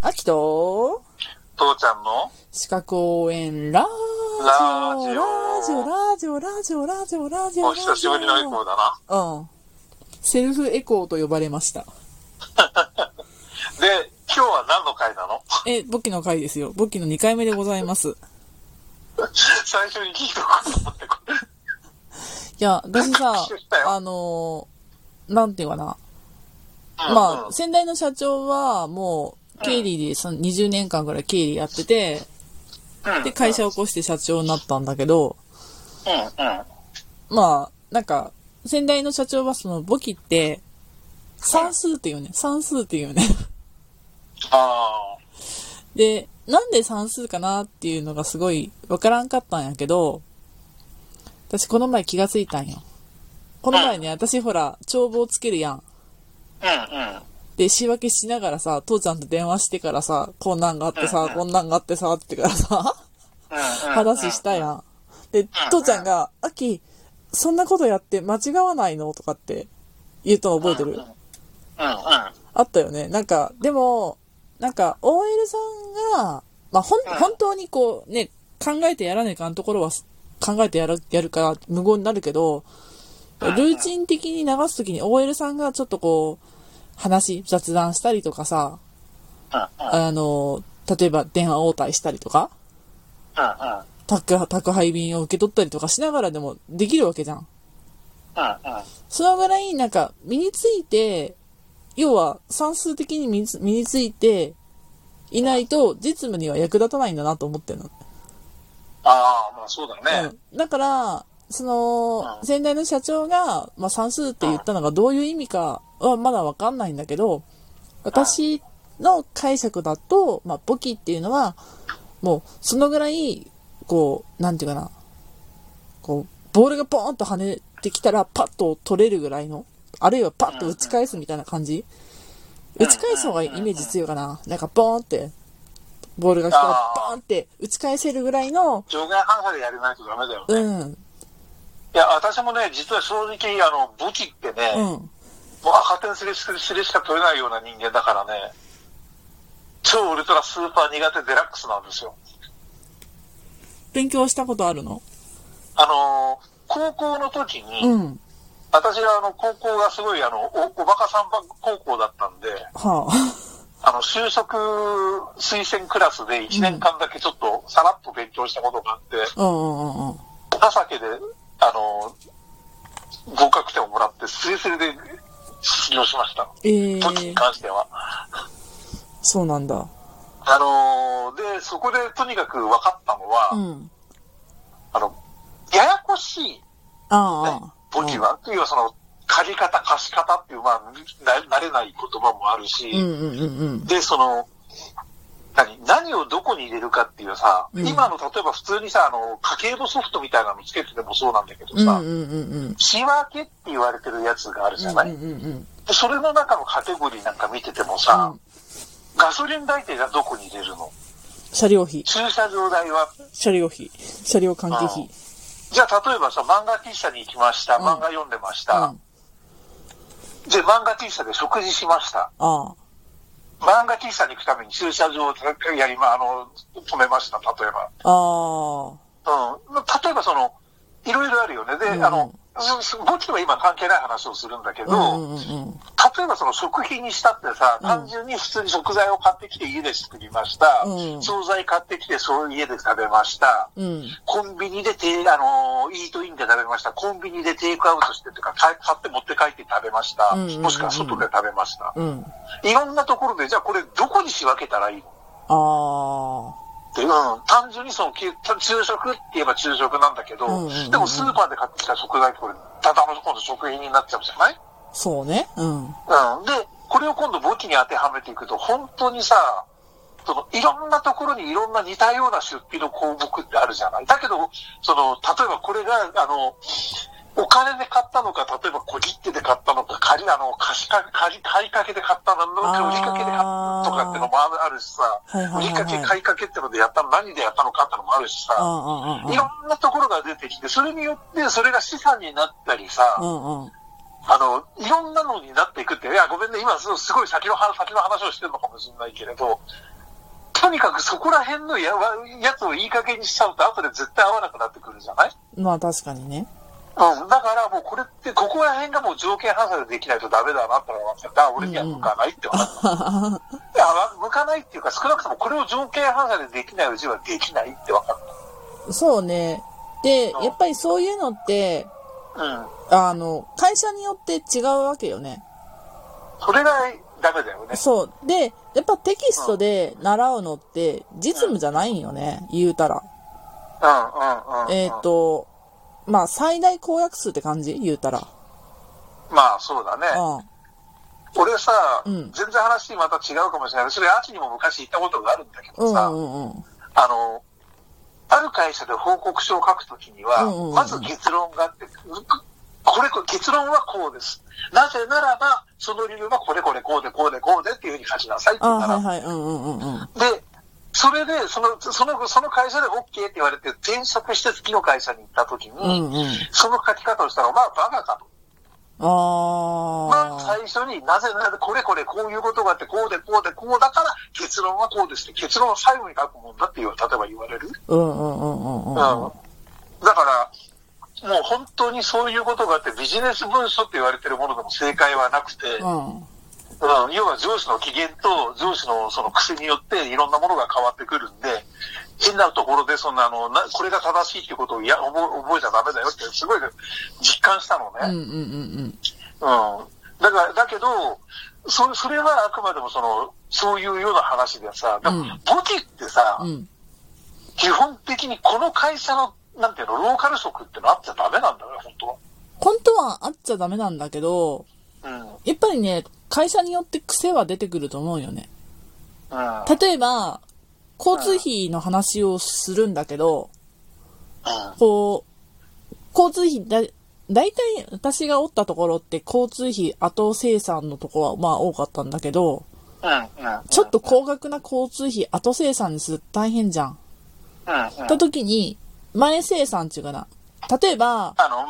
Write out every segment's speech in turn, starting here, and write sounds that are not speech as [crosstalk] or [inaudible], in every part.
あきと、父ちゃんの四角応援ララジジオ、オラジオ、ラジオ、ラジオ、ラジオ、ラジオ、お久しぶりのエコーだな。うん。セルフエコーと呼ばれました。で、今日は何の回なのえ、簿記の回ですよ。簿記の2回目でございます。最初に聞いとこうと思って、これ。いや、私さ知った、よあのーなんていうかな。うんまうあ、ん先代の社長は、もう、経理でさ20年間ぐらい経理やってて、うんで、会社を起こして社長になったんだけど、うんうん。まあ、なんか、先代の社長はその簿記って、算数っていうね。算数っていうね。 [laughs] あで、なんで算数かなっていうのがすごいわからんかったんやけど、私この前気がついたんよ。この前ね、私ほら、帳簿をつけるやん。あ。うんうん。で、仕分けしながらさ、父ちゃんと電話してからさ、こんなんがあってさ、こんなんがあってさ、ってからさ、うんうん、話したやん。で、父ちゃんが、アキ、そんなことやって間違わないのとかって言ったの覚えてるうんうん。あったよね。なんか、でも、なんか、OL さんが、まあ、ほん、うん本当にこう、ね、考えてやらないかんところは、考えてやる、やるから、無言になるけど、ルーチン的に流すときに OL さんがちょっとこう、話、雑談したりとかさ、うんうん。あの、例えば電話応対したりとか、うんうん。宅宅配便を受け取ったりとかしながらでもできるわけじゃん。うんうん。そのぐらい、なんか、身について、要は、算数的に身につ身についていないと、実務には役立たないんだなと思ってるの。ああ、まあそうだね。うん。だから、そのう、ん先代の社長が、まあ、算数って言ったのがどういう意味かはまだわかんないんだけど、私の解釈だと、まあ、簿記っていうのは、もう、そのぐらい、こう、なんていうかな、こう、ボールがポーンと跳ねてきたら、パッと取れるぐらいの、あるいはパッと打ち返すみたいな感じ打ち返す方がイメージ強いかな。なんか、ボーンって、ボールが来たらあ、ーボーンって打ち返せるぐらいの、上限反射でやれないとダメだよね。うん、いや、私もね、実は正直、あの、武器ってね、う。もうん赤点すれすれすれしか取れないような人間だからね、超ウルトラスーパー苦手デラックスなんですよ。勉強したことあるのあのー高校の時に、うん。私はあの、高校がすごいあの、お、おバカさんば高校だったんで、はあ。あの、就職推薦クラスで1年間だけちょっとさらっと勉強したことがあって、うんうんうんうん。情けで、あのー合格点をもらって、スレスレで卒業しました。ええ時に関しては。そうなんだ。あのーで、そこでとにかく分かったのは、うん。あの、ややこしいああ。簿記は、要はその、借り方、貸し方っていう、まあ、な慣れない言葉もあるし、うんうんうんうん。で、その、何、何をどこに入れるかっていうさ、うん今の例えば普通にさ、あの、家計簿ソフトみたいなのつけててもそうなんだけどうんうさ、んうんうん。仕分けって言われてるやつがあるじゃない、うんうんうんでそれの中のカテゴリーなんか見ててもさ、うんガソリン代ってじゃあどこに入れるの車両費、駐車場代は車両費、車両関係費。じゃあ、例えばさ、漫画喫茶に行きました。漫画読んでましうん。たあ。で、漫画喫茶で食事しました。あ。漫画喫茶に行くために駐車場をやりま、あの、止めました、例えああ。ば。うん。例えば、その、いろいろあるよね。で、うんあの、ぼっちは今関係ない話をするんだけど、うんうんうん。例えばその食品にしたってさ、単純に普通に食材を買ってきて家で作りました。うん惣菜買ってきてそう家で食べました。うん。コンビニでテイ、あのーイートインで食べました。コンビニでテイクアウトしてとか、買買って持って帰って食べました。うんうんうんもしくは外で食べました。うん。いろんなところで、じゃあこれどこに仕分けたらいいのああ。って、うん、単純にその、き昼食って言えば昼食なんだけど、うんうんうんでもスーパーで買ってきた食材ってこれ、ただの今度食品になっちゃうじゃないそうね。うん。うん。で、これを今度簿記に当てはめていくと、本当にさ、その、いろんなところにいろんな似たような出費の項目ってあるじゃない。だけど、その、例えばこれが、あの、お金で買ったのか、例えば小切手で買ったのか、借り、あの、貸しか、借り、買いかけで買ったのあーか、売りかけで買ったとかってのもああるしさ、はいはいはいはい売りかけ、買いかけってのでやったの、何でやったのかってのもあるしあさ、ああいあろんなところが出てきて、それによって、それが資産になったりさ、あ。うんうん。あの、いろんなのになっていくって、いや、ごめんね、今すすごい先の話先の話をしてるのかもしれないけれど、とにかくそこら辺のやわやつをいい加減にしちゃうと、後で絶対合わなくなってくるじゃないまあ確かにね。うん、だからもうこれって、ここら辺がもう条件反射でできないとダメだなってのが分かった。だから俺には向かないって話。いや向かないっていうか、少なくともこれを条件反射でできないうちはできないって分かっそうね。で、やっぱりそういうのって、た。うん。あの、会社によって違うわけよね。それがダメだよね。そう。で、やっぱテキストで習うのって実務じゃないんよね、言うたら。うんうんうん。えっ、。と、まあ最大公約数って感じ言うたら。まあそうだね。うん。俺さ、うん全然話また違うかもしれない。それ、秋にも昔行ったことがあるんだけうどさ、んうんうん。あの、ある会社で報告書を書くときには、うんうんうんまず結論があって、これこれ、結論はこうです。なぜならば、その理由はこれこれこうでこうでこうでっていうふうに書きなさいってあ言うから、はいはい。うんうんうんうん。で、それで、その、その、その会社で OK って言われて転職して次の会社に行ったときに、うんうん。その書き方をしたら、お前はバカかと。まあ、あ最初になぜなぜこれこれこういうことがあって、こうでこうでこうだから結論はこうですって、結論は最後に書くもんだって言わ例えば言われる。うん。ー。うんうんうんうんうん。だから、もう本当にそういうことがあって、ビジネス文書って言われてるものでも正解はなくて、うん、うん。要は上司の機嫌と上司のその癖によっていろんなものが変わってくるんで、変なところでそんなあの、なこれが正しいっていうことをいや覚え覚えちゃダメだよってすごい実感したのね。うんうんうんうんだから、だけど、そそれはあくまでもその、そういうような話でさ、でもうん簿記ってさ、うん。うん。基本的にこの会社の、なんていうの、ローカル職ってのあっちゃダメなんだよね、本当本当はあっちゃダメなんだけど、は。やっぱりね、会社によって癖は出てくると思うよね。うん。うん。例えば、交通費の話をするんだけど、うんこう、交通費だ、大体私がおったところって交通費後生産のところはまあ多かったんだけど、うん。うん。ちょっと高額な交通費後生産にすると大変じゃん。うん、うん。た時に、前生産っていうかな。例えば、あの、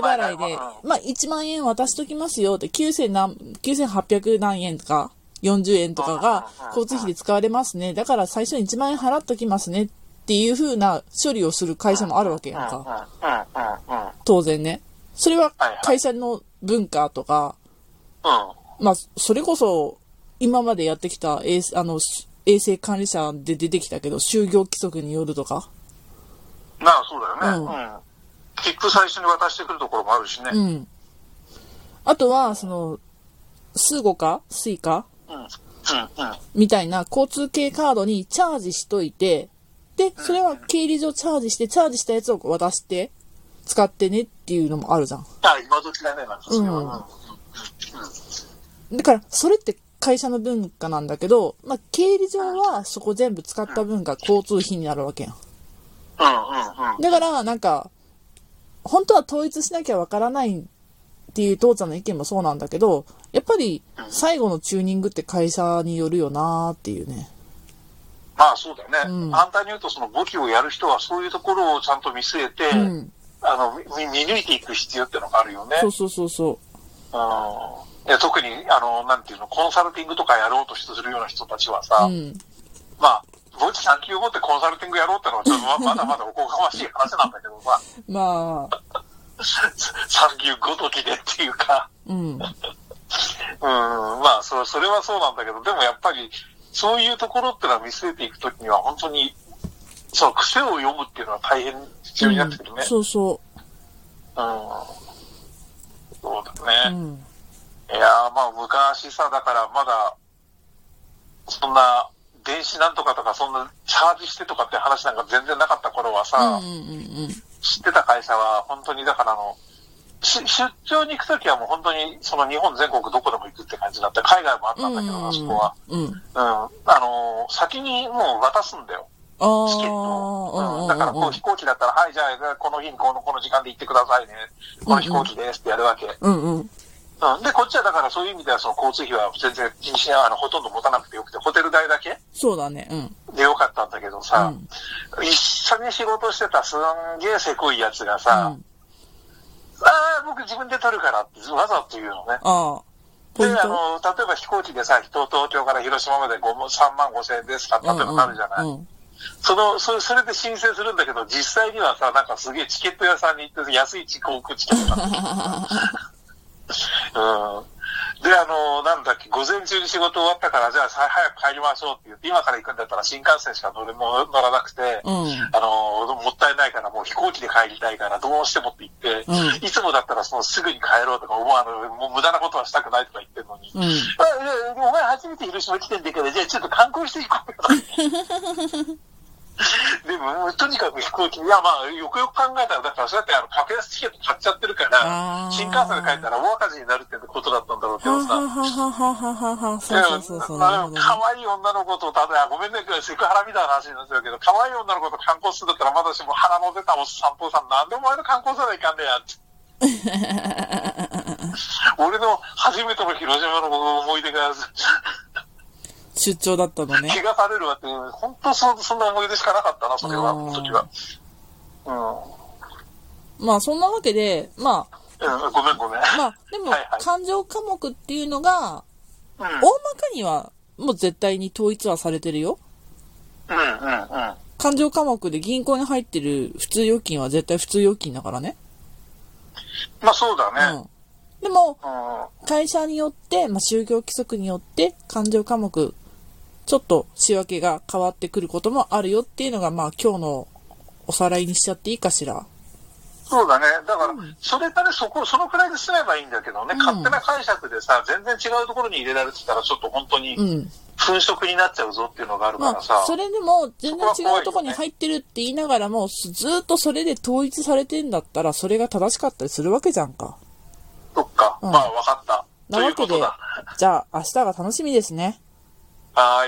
前払いね。払いで、まあ1万円渡しときますよって、9000何、9800何円とか、40円とかがうんうんうん交通費で使われますね。だから最初に1万円払っときますねっていう風な処理をする会社もあるわけやんか。うん、うん、うん、うん。当然ね。それははいはい会社の文化とか、うん。まあそれこそ今までやってきた衛あのし衛生管理者で出てきたけど、就業規則によるとか。まあ、そうだよね。ううん。切符最初に渡してくるところもあるしね。うん。あとは、その、スーゴかスイカうん。うん、うん。みたいな交通系カードにチャージしといて、で、それは経理上チャージして、チャージしたやつを渡して、使ってねっていうのもあるじゃん。あ、今時だね、なんかそれは。うんうんだから、それって会社の文化なんだけど、まあ、経理上はそこ全部使った分が交通費になるわけやん。うん、うん、うん。だから、なんか、本当は統一しなきゃわからないっていう父ちゃんの意見もそうなんだけど、やっぱり最後のチューニングって会社によるよなーっていうね。まあそうだよね。うん反対に言うと、その簿記をやる人はそういうところをちゃんと見据えて、うん。あの、み見抜いていく必要ってのがあるよね。そううそうそうそんいや特に、あの、なんていうの、コンサルティングとかやろうとするような人たちはさ、う。うん。まあ、簿記3級を持ってコンサルティングやろうってのは、ちょっとままだまだおこがましい話なんだけどさ、 [laughs] まあ、 3級ごときでっていうか、うん。うん、まあそ、それはそうなんだけど、でもやっぱり、そういうところってのは見据えていくときには、本当に、その癖を読むっていうのは大変必要になってくるね。そうそそうう。だうね。ん。いやーまあ昔さ、だからまだ、そんな、電子なんとかとか、そんなチャージしてとかって話なんか全然なかった頃はうんさ、うんうんうん。知ってた会社は本当にだからあの、し出張に行くときはもう本当にその日本全国どこでも行くって感じだった。海外もあったんだけど、あそこは。うん。うん。うん。あのー先にもう渡すんだよ。あチケあ、ット。うんだからこう飛行機だったら、はい、じゃあこの日にこのこの時間で行ってくださいね。この飛行機ですってやるわけ。うんうん。うん、で、こっちはだからそういう意味ではその交通費は全然気にしない、あの、ほとんど持たなくてよくて、ホテル代だけそうだね。うん。でよかったんだけどうさ、ん。一緒に仕事してたすんげえせこいやつがうさ、ん。ああ、は僕自分で取るからってわざと言うのね。ああ。ポインで、あトの、例えば飛行機でさ、人東京から広島まで5も3万5千円ですか例えばなるじゃない、うんうんうんその、それ、それで申請するんだけど、実際にはさ、なんかすげえチケット屋さんに行って、安いチ航空チケット買ってきたうん。で、あの、なんだっけ、午前中に仕事終わったから、じゃあさ早く帰りましょうって言って、今から行くんだったら新幹線しか乗れも乗らなくて、うんあの、もったいないから、もう飛行機で帰りたいから、どうしてもって言って、ういつもだったらそのすぐに帰ろうとか思わぬ、もう無駄なことはしたくないとか言ってるのに、うんあいやお前初めて広島来てんだけど、じゃあちょっと観光していこうよ。 [laughs] でも、もうとにかく飛行機、いやまあ、よくよく考えたら、だからそうやってあの格安チケット買っちゃってるかあーら、新幹線で帰ったら大赤字になるってことだったんだろうけはどはさ。はははははそうそうそうそう。なるまあほどね。可愛い女の子と、ただ、ごめんね、セクハラみたいな話になっちゃうけど、可愛い女の子と観光するんだったら、まだしも腹の出たおっさんとさん、なんでお前の観光さないかんねやって。俺の初めての広島の思い出が、出張だったのね。気がされるわって、本当そそんな思い出しかなかったな、それは、あーその時は。うまあそんなわけで、まあ、ん。うんごめんごめん。まあでもはいはい感情科目っていうのが、うん、うん大まかにはもう絶対に統一はされてるよ。、うん、うん。感情科目で銀行に入ってる普通預金は絶対普通預金だからね。まあそううだね。ん。でも、うん。会社によって、まあ、就業規則によって、勘定科目、ちょっと仕分けが変わってくることもあるよっていうのが、まあ、今日のおさらいにしちゃっていいかしら。そうだね。だから、それからそこ、そのくらいで済めばいいんだけどね、勝手な解釈でさ、全然違うところに入れられてたら、ちょっと本当にうん。粉飾になっちゃうぞっていうのがあるまからあさ、、それでも、全然そこは怖いよ違うねとこに入ってるって言いながらも、すずーっとそれで統一されてんだったら、それが正しかったりするわけじゃんか。そっか、うんまあわかった。なといわうけこでとだ。、じゃあ、明日が楽しみですね。はーい。